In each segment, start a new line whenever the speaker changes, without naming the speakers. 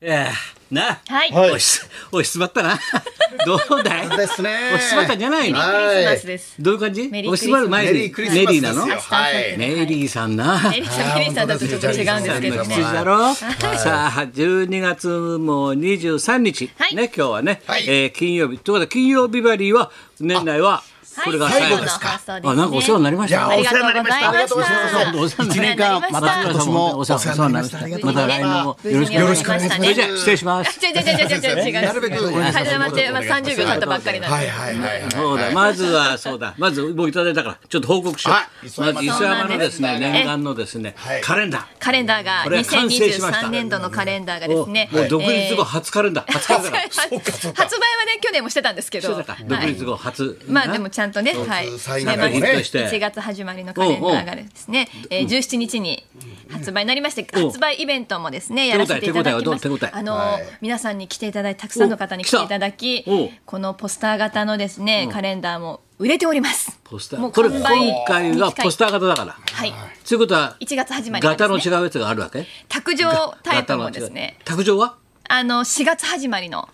いやーなあ、
はい。
はい
ク
おいしおいしつまったな どうだい
ですね
おいしつまったんじゃないの
は
リスマスです。
どういう感じ
メリー
おいしつまる前
メ
に
リークリスマ
メ
スで
リ
す
ーな
よ。
の
はい。
メリーさんな
メリーさん、メリーさんだとちょっと違うんですけ
の
ど
口
ね。
だろ、さあ12月も23日、
はい
ね今日はね、
はい
えー金曜日ということで金曜日バリーは年内はこれが
最
最
後
後
で
ですす
か
あ、
あなんかお世話になりまし
いや
た
ありがとうござい
あり
ま
がとうございました
し
お
た。
世話になりました
一年間
また今年もお世話になりましたまた来年も
無事に終わりました
それじゃあ
ね。
失礼します
違う違う違う違う違う違う。
なるべくお願いします
始まってまあ30秒経ったばっかりなん
はい
で。
はいはいはい。
そうだ、まずはそうだ、まず僕いただいたから、ちょっと報告しよ
は
う。ま
い磯山
ず磯山のです
そ
ね、
うなんです
念願のですね
は、い
カレンダー。
カレンダーが
これ完成しました
2023年度のカレンダーがで
お
すね。
もう独立後
えー
初カレンダー、初カレンダーだ。
発発売はね去年もしてたんですけ
そう
ど。
だか
は、い
独立後初。
まあでもちゃんとね、はい、
最
ま
後
あ
のね
独立として
1月始まりのカレンダーがですね、えー、17日に発売になりまして、
うん
発売イベントもですね、やらせていただきます
手応え手応えはどう手応え。
あの
はい
皆さんに来ていただいたくさんの方に来ていただき
お来たお、
このポスター型のですね、カレンダーも売れております。
ポスタ
も
ー。
う
これ
完売
今回がポスター型だから。
はい、
ということは、
1月始まりなん
型の
です
違
ね。
うやつがあるわけ。
卓上タイ
型
プ
の
も
違う
ですね、。
卓上は。
あの4月始まりの、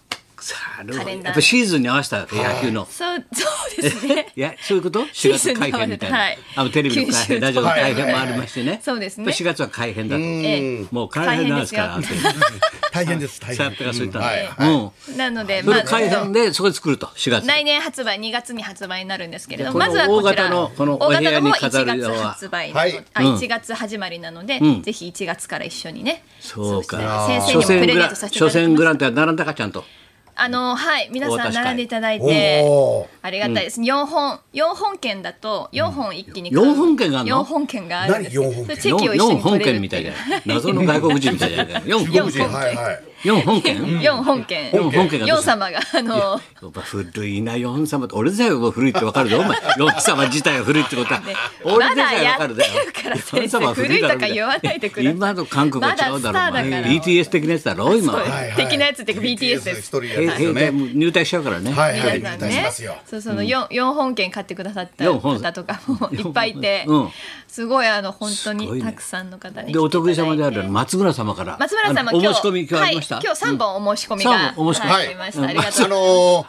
なる
カ
ほど。
レ
や
ン
っ
ダー
ぱシーズンに合わせたわけ野球の。
そうそうですね。
いや、そういうこと
シ
?4
ーズ
月
ンに合わ
改
せて
編みたいな。
はい
あのテレビの改
九州
編、ラジオの
はい
改編もありましてね。
そうですね
やっぱ4月は改編だと。
ええ
もう改編なんですから、あ
大変
の
ですよ
時
大変です。大
サップがそう言ったんだよ
はいはい
うん。
なので、
それ
ちょ
改
っと
編でそこで作ると4月
来年発売2月に発売になるんですけれど
こ
も
の
まずはこ
大
ち
型
ら
のこのお
大
部屋に
型の方
飾
1
るのは
月発売なの、
はい
あ
うん
1月始まりなので、
ん
ぜひ1月から一緒にね
そうか
先生に
初
もプ
戦グ
レゼン
ラ
トさせていた
初
だき
戦グラ
ます
ントは並んだかちゃんと
あのはい皆
お
さ
渡
ん
し会
並んでいただいて
おー
ありがたいです4本四本券だと4本一気に
四本券があんの
4本券があるんですけど
何四本券
それチェキを一緒に
本
取れる
県みたいじゃない謎の外国人みたいじゃない4本
中国人
県
はいはい。
4本県
4本券
四本券がどう
4
した
様があの
やっぱ古いな4様って俺でさえも古いってわかるぞお前4様自体が古いってことは俺
ま
で
だ
さえわ
や
か
っ
る
て
だよ
るから
ヨ
先
ン様
生
は
古い
だろ
とか言わないでください
今の韓国は違うだろお
まだスターだ
前
から
BTS 的なやつだろ今は
そう
はいはい
的なやつっていうか BTS です
一人や
兵
つですよ
兵隊
ね。
も入隊しちゃうからね
はいはい。
皆さん
出し
ね
ますよ。
そうその四四本券買ってくださった
四本
方とか もいっぱいいて
うん、
すごいあの本当
すごい
に
ね
たくさんの方に来ていただいて。
でお得意様である松村様から
松村様
あの
今
お
日
申し込み今日ありました、
はい今日三本お申し込み
三
が
本お申し込み
はいありました。
はい
ありがと
あ
う。
のー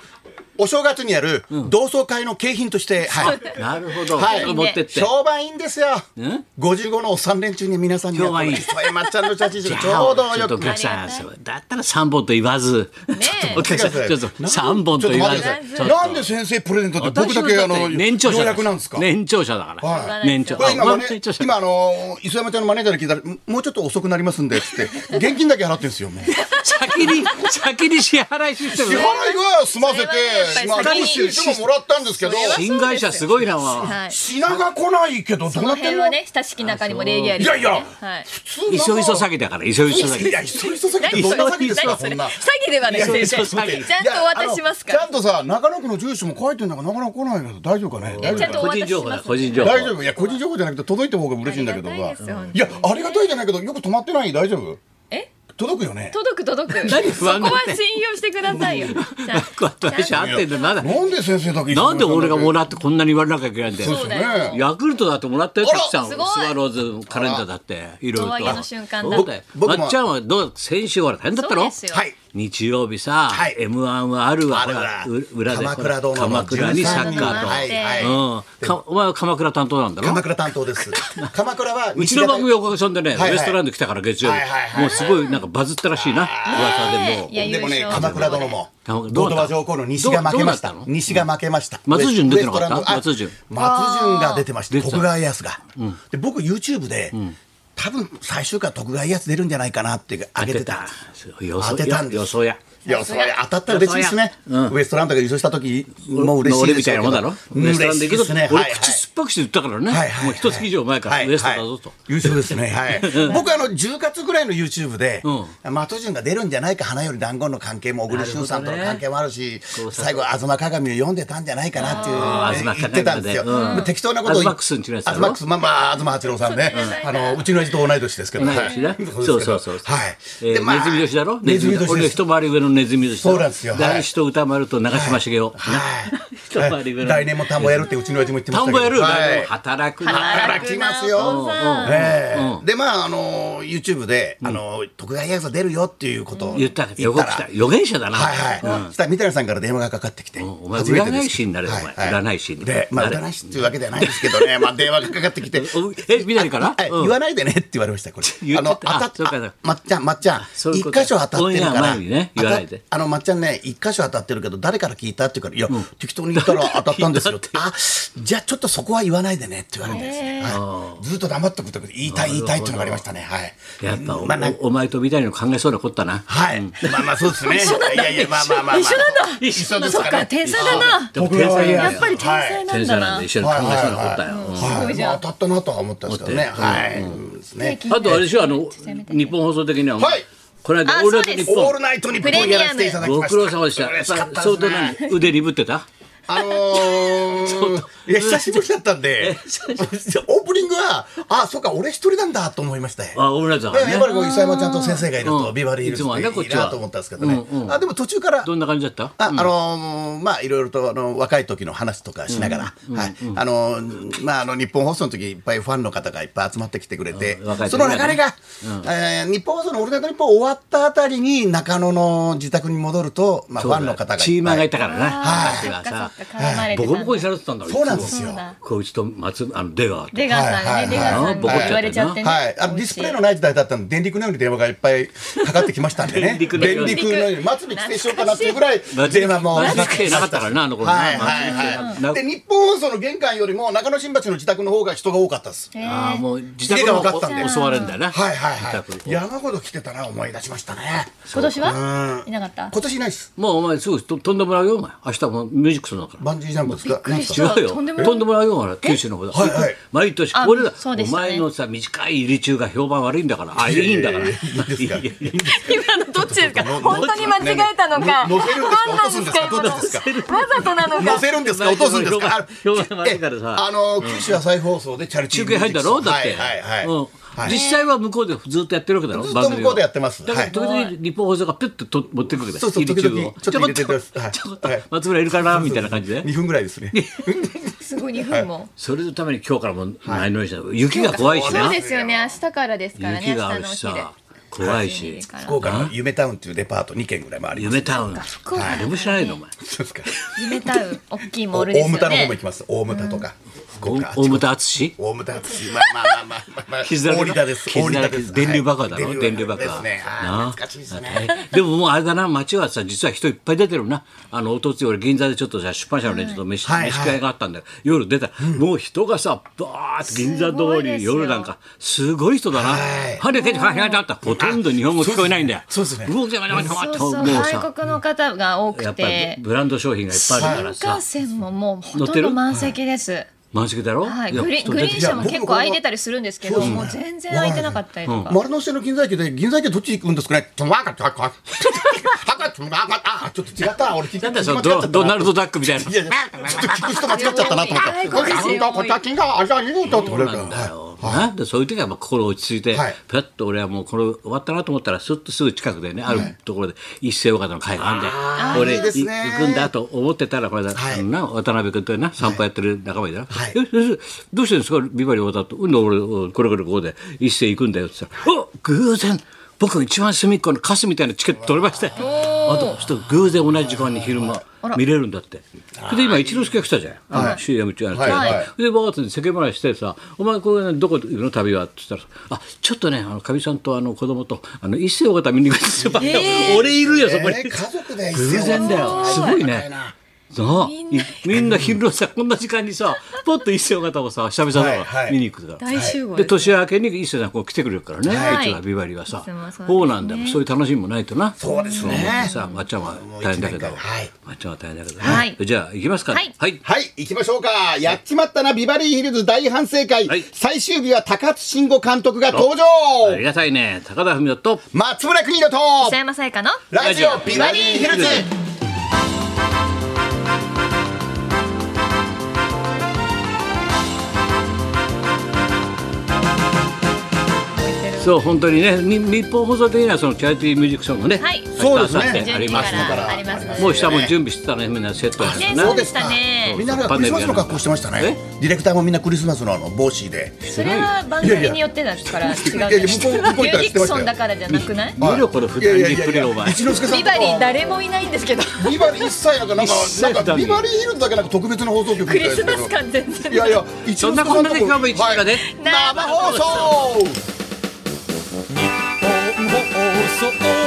お正月にやる同窓会の景品として、 はい。
なるほど、
はい
これ持ってって
商売いいんですよ
ん。
55のおっさん連中に皆さんにやってもらう
商売いい
磯山ちゃんの写真 集
じゃ
が
あ
ちょうど
ちょ
よ
っとお
く。
客さん
ありが
そうだったら三本と言わず、ちょっとお客さん
ちょっ
ち
と
ょっと三本と言わず
ちょっと待って
く
ちょっ
ださい
と
なんで先生プレゼントって僕だけ
私
あ
のだっ
の
て年長者
要
だ
約なんですか。
年長者だから、
はい
年長
これ今
あ
マ
ま
ネ
あ年長者
今あの磯山ちゃんのマネージャーに聞いたらんもうちょっと遅くなりますんでっつって現金だけ払ってんですよもう 支
先に先に支払いシステム
払い
ね
は済ませて
それ
ま
はや
あ
っぱり
領収書ももらったんですけど
それは
新会社すごいな、
はい。
品が来ないけどど
そう
な
の
って
辺
んの
はね親しき中にも礼儀あり。
いやいや
はい。
普
い
通
そいそ
なんか
詐欺だからいそいそ詐
い
欺
やいそいそ詐欺って
何
ど
そ
ん
れ
な
何
詐欺ですか
そ
そ
れ
ん
詐
な
欺ではない
いや
先
そう
生。
そう詐欺
ちゃんとお渡ししますから
いやあのちゃんとさ中野区の住所も書いてんだからなかなか来ないから大丈夫かね
や
大丈
ちゃん
夫
と
か
個人情報だ個人情報
大丈夫いや個人情報じゃなくて届いた方が嬉しいんだけど
あ
さ
りがたいですよ本
いやありがたいじゃないけどよく止まってない大丈夫
え
届くよね
届く届く。
何不安
そこは
になって
信用してください よ。ちゃんと
私会ってんだまだ
なんで先生だけいつも
なんで俺がもらってこんなに言われなきゃいけないんだよ
そうだよ。
ヤクルトだってもらったよ、
あ
た
ら
くさん。ス
すごい
ワローズカレンダーだって、いろいろ
胴
と。
上げの瞬間だ
そうだよ。
僕僕も
まっちゃんはどう、先週は大変だった
そ
ろ
うですよ。
はい
日曜日さ、
はい
M1 はあるわ、
あるわ
ほらう裏で。
鎌倉殿の
鎌倉にサッカ
13人は
ー
い
と。うんか。お前は鎌倉担当なんだろ
鎌倉担当 です。鎌倉は
うちの番組おかげさんでね、
いはい
ウエストランド来たから月曜日
はいはい。はい
もうすごいなんかバズったらしいな、噂でもう
い。や
でもね
優勝
鎌倉殿も
鎌倉
ドドワ上皇の西が負
ど
けました
うなったの
西が負けました
松潤出てなかった
ウエストランドあ
松潤
松潤が出てまし
出
た
てた
徳川家康がで僕 YouTube で多分最終回徳川家康出るんじゃないかなって上げてた
予
当てた
想
んです
予想や。
いやそれ当たったら嬉しいですねウエストランドが優勝した時もう嬉しい
俺
で
み
す
たいなもんだろ
嬉しい
で
ですね
俺
はいはい
口酸っぱくして言ったからね、
はいはいはい
もう一月以上前からウエストだぞと、
はいはい優勝ですね。はい。 僕あの10月ぐらいの YouTube で、
う
松潤が出るんじゃないか花より団子の関係も小栗旬さんとの関係もあるし、最後東鏡を読んでたんじゃないかなって
あー
いうね、
東鏡
言ってたんですよ。
うん
もう適当なことを言
東 Max に違うやつだろ
東 Max まあまあ東八郎さんね。あのうちの親父と同い年ですけど。
同い年ね
はい
そうそうそう
はい。
えー
でまあ
ネズミ年だろ
ネズミ年
俺の
です。
一回り上のネズミ年だろ
そうなんですよはい
であの人歌丸と長嶋茂雄、な
はい
一回りぐら
来
い。
年 も田んぼやるってうちの親父も言ってま
田
した
んぼ
けど
やる、
はい
働くな。
働
き
き
ますよええでまああの YouTube で、あの「徳川家康出るよ」っていうことを
言ったけど、予
言
告
ったら
した。予言者だな。
はいはい、そしたら三谷さんから電話がかかってきて、
んお前
初めてです
占い師になれよお前占い師に
で、まあ、
なれ
占い師っていうわけではないですけど ね、まあ、電話がかかってきて、
おえ、みなりから、
はい
うん
言わないでねって言われました、これ。
言
あ
って
の、
た
当
あそう
た
か
っ
そうか
まっちゃん、まっちゃん
そう、いう
一
こと
箇所当たってるか
オンエア
ら
前にね、言わないで
あたあの、まっちゃんね、一箇所当たってるけど、誰から聞いたって言うから、いや、適当に 言ったら当たったんですよって。あ、じゃあちょっとそこは言わないでねって言われてですね。はいずっと黙っとくと、言いたい言いたいっていうのがありましたね。はい。
やっぱお,、
まあなん
お前とみたいの考えそうなことだな。
はい。まあまあ、そうですね。いやいや、まあまあまあまあ。
一緒なんだ
一緒です
そっ
かね
か。天才だな
でも
僕らは
天才
い
な
や
ん
っ
だ
ぱ
よ
り天才なん
天
だ
才
な、
なんで一緒に考えそうなことだよ。うん
はい、まあ当たったなとは思ったんですけどね。はい。ですね。
あとあれでしょあの日本放送的には、
はい
この間
あ
オールナイト日
オー
本
ルナイトにやらせていただき
ご
ました。
苦労様でした。や
嬉
っ
しか
ぱ
ったで
相
す
当
ね。
何腕鈍ってた。
あ のー、いや久しぶりだったんで、オープニングはあそうか俺一人なんだと思いましたよ。
あオールナイトだから
やっぱり
ね。
こう磯山ちゃんと先生がいる
う
と
ん
ビバリーヒルズっ
いつ
て
もはねこっ
いい
ちは
なと思ったんですけどね
うんう。ん
あでも途中から
どんな感じだった？
あ、あのーまあいろいろとあの若い時の話とかしながら、はい、あのーまああの日本放送の時いっぱいファンの方がいっぱい集まってきてくれて
うん若、い時
そ
ね
の流れが、えー日本放送のオールナイト日本終わったあたりに中野の自宅に戻ると、まあファンの方がいっぱい
チーマーがいたからな。
あー
昔はさ
そっかそっか絡まれてた
ボ
んだ
コボコにされてたんだろ。
そうなんで
いつ
す
も
よ。
そうだ
こいつと松あの出川と。
出川さんが
は
ね
い
出川さん
ボコっちゃったよな
が言われちゃってね
はい、あのディスプレイのない時代だったんで、電力のように電話がいっぱいかかってきましたんでね。
電力のように
電力のように、松に帰省しようかなっていうぐらい、電話も。
松に来てなかったからなあの頃な
はいは
松に来
い
て
は。
ない
で、日本放送の玄関よりも、中野新橋の自宅の方が人が多かったです。
へー
ああもう自
家
宅
が
の
分かったんで
お襲われるんだよな。
はいはい
自
は
宅
い。山ほど来てたな、思い出しましたね。
今年は
うん
いなかった
今年いないです。
もうお前すぐと飛んでもらうよお前。明日もミュージックするんだから。
バンジージャンプですか。
びっくりした
違うよ
と
と
ん
ん
で
で
もない
もないよほら九州の方だ、
はいはい
毎年
あ
これだ、
そうで
お
したね
前のさ短い入り中が評判悪いんだからあいいんだから
いいですか。
今のどっちですか本当に間違えたのか
の乗せるんですか
何なんですか今
落とすんですか
のわざとなの
乗
か
せるんですか落とすんですか
評判評判悪いからさ
えあの九州朝日放送でチャリティ
中
ーミュ
継
ー
入
ジ
ん
ッ
だ
ク
ろだって、
はいはいはい
うん
はい
実際は向こうでずっとやってるわけだろ
ずっと
番組は
向こうでやってます
だから時々
はい
日本放送がピュッとと持ってくる
そうそう
入り中
時々
を
ちょっと入れてください
ちょこっと、
はいはい
松村いるかなみたいな感じで
2分ぐらいですね。
すごい2分も
それのために今日からもう前乗りした、雪が怖いし
そう
な
ですよね明日からですからね
雪があ
明日
るし
のお昼
さ怖いし
福岡の夢タウンっていうデパート2軒ぐらいもあります。
夢タウン
福岡
誰も知らないのお前
そうですか。
夢タウン大きいモールですよ
大牟
ね
田の方も行きます。大牟田とか。福岡
大牟田敦
大牟田です。まあまあまあまあ まあ。
傷だらけ
大
の
牟田です。
傷だらけ
大牟田です
電流爆破だろ、
はい
電流爆
です
破。
ね。あー
なあ
懐かしいですね。
でももうあれだな、街はさ、実は人いっぱい出てるな。あの、おとつい俺銀座でちょっとさ、出版社のね、ちょっと飯、
はい
飯会があったんだよ。夜出たら、もう人がさ、バーって銀座通
すごいで
り、
すよ
夜なんか、すごい人だな。
はい
はで、けて、はやだった。ほとんど日本語聞こえないんだよ。
そうですね
動きがなくな
そ
っ
う
て、
そ
も
う
う
外
さ、
国の方が多
や
く
っぱり
て
ブランド商品がいっぱいあるから
新
さ
幹、線ももうほ
乗っ
とん
て
ど
る
満席です
満席だろ
はい、
いや
グリーン
人
グリ
出
ーン
てきた
車も結構空いてたりするんですけど、もう全然空いてなかったりとか、
丸の内の銀座駅で銀座駅どっち行くんですかね。ちょわかっちょわかっちょわかっ あちょっと違った。俺聞
な
いて
んだよそのドドナルド・ダックみたいな。
いやいや、ちょっと聞く人間違っちゃったなと思った。
外国人多い
こっちは金が、あじゃあ、いいとって俺
なんだ
ら。
よ、なんでそういう時はまあ心落ち着いて、
はい
ペッと俺はもうこれ終わったなと思ったらすっとすぐ近くでね、あるところで一斉岡田の会があんで
ー
俺
いいですね
行くんだと思ってたらこれだ、
はい
あのな渡辺君とな散歩やってる仲間いたら、
はい
え先生どうしてんですかビバリー終わったとうんで俺これこれここで一斉行くんだよ」って言ったら「お偶然僕の一番隅っこのカスみたいなチケット取れましたよあとちょっと偶然同じ時間に昼間見れるんだってそれで今一之輔が来たじゃんあの CM 中やの
はいはい
でバーって世間話してさ「お前これ、どこ行くの旅は?」って言ったら「あちょっとねあのかみさんとあの子供とあの一世尾形見に行くんですよ」 俺いるよそこに、
えー家族で一
偶
緒
然だよすごいねなあいみんな昼のさこんな時間にさポッと一世尾形をさ久々だか
はいは
ら
い
見に行くから。
大集合
で
です
年明けに一世さんこう来てくれるからね、
はい
あいつらビバリーはさ
いつもそうですね
そうなんだよそういう楽しみもないとな
そうですね
さあまっちゃんは大変だけど
もう一年間はい
まっちゃんは大変だけどね、
はい
じゃあ行きますか
はい
はい
はい、行きましょうか。やっちまったな、ビバリーヒルズ大反省会。
はい
最終日は高津慎吾監督が登場。
ありがたいね高田文夫と
松村邦洋と、
磯山さやかの
ラジオビバリーヒルズ。
そう本当にねに日本放送的にはそのチャリティーミュージックソングね、
はい
そうですね
明日明後日あ
12
り
時
ます
だ
ね
からありますので
もう下も準備してたねみんなセットですね
ねそうでしたね
みんながクリスマスの格好してましたねディレクターもみんなクリスマスのあの帽子で
それは番組によってだから違うじゃない
やいや向こう向こう行
ミュ
った
ー
ら
ジック
知ってましたよ
ソンだからじゃなくない
見ろこの普段に振るお前
一之輔さん
ビ
と
バ
か
リー誰もいないんですけど
ビバリー一切なんかなんか
一切
なんか
二人
ビバリーヒルズだけなんか特別な放送局みた
ク
いで
リ
すけ
ス
ど
マス感全然
いやいや一之輔さ
そんなこんなで今日も一時間ね
生放送
放送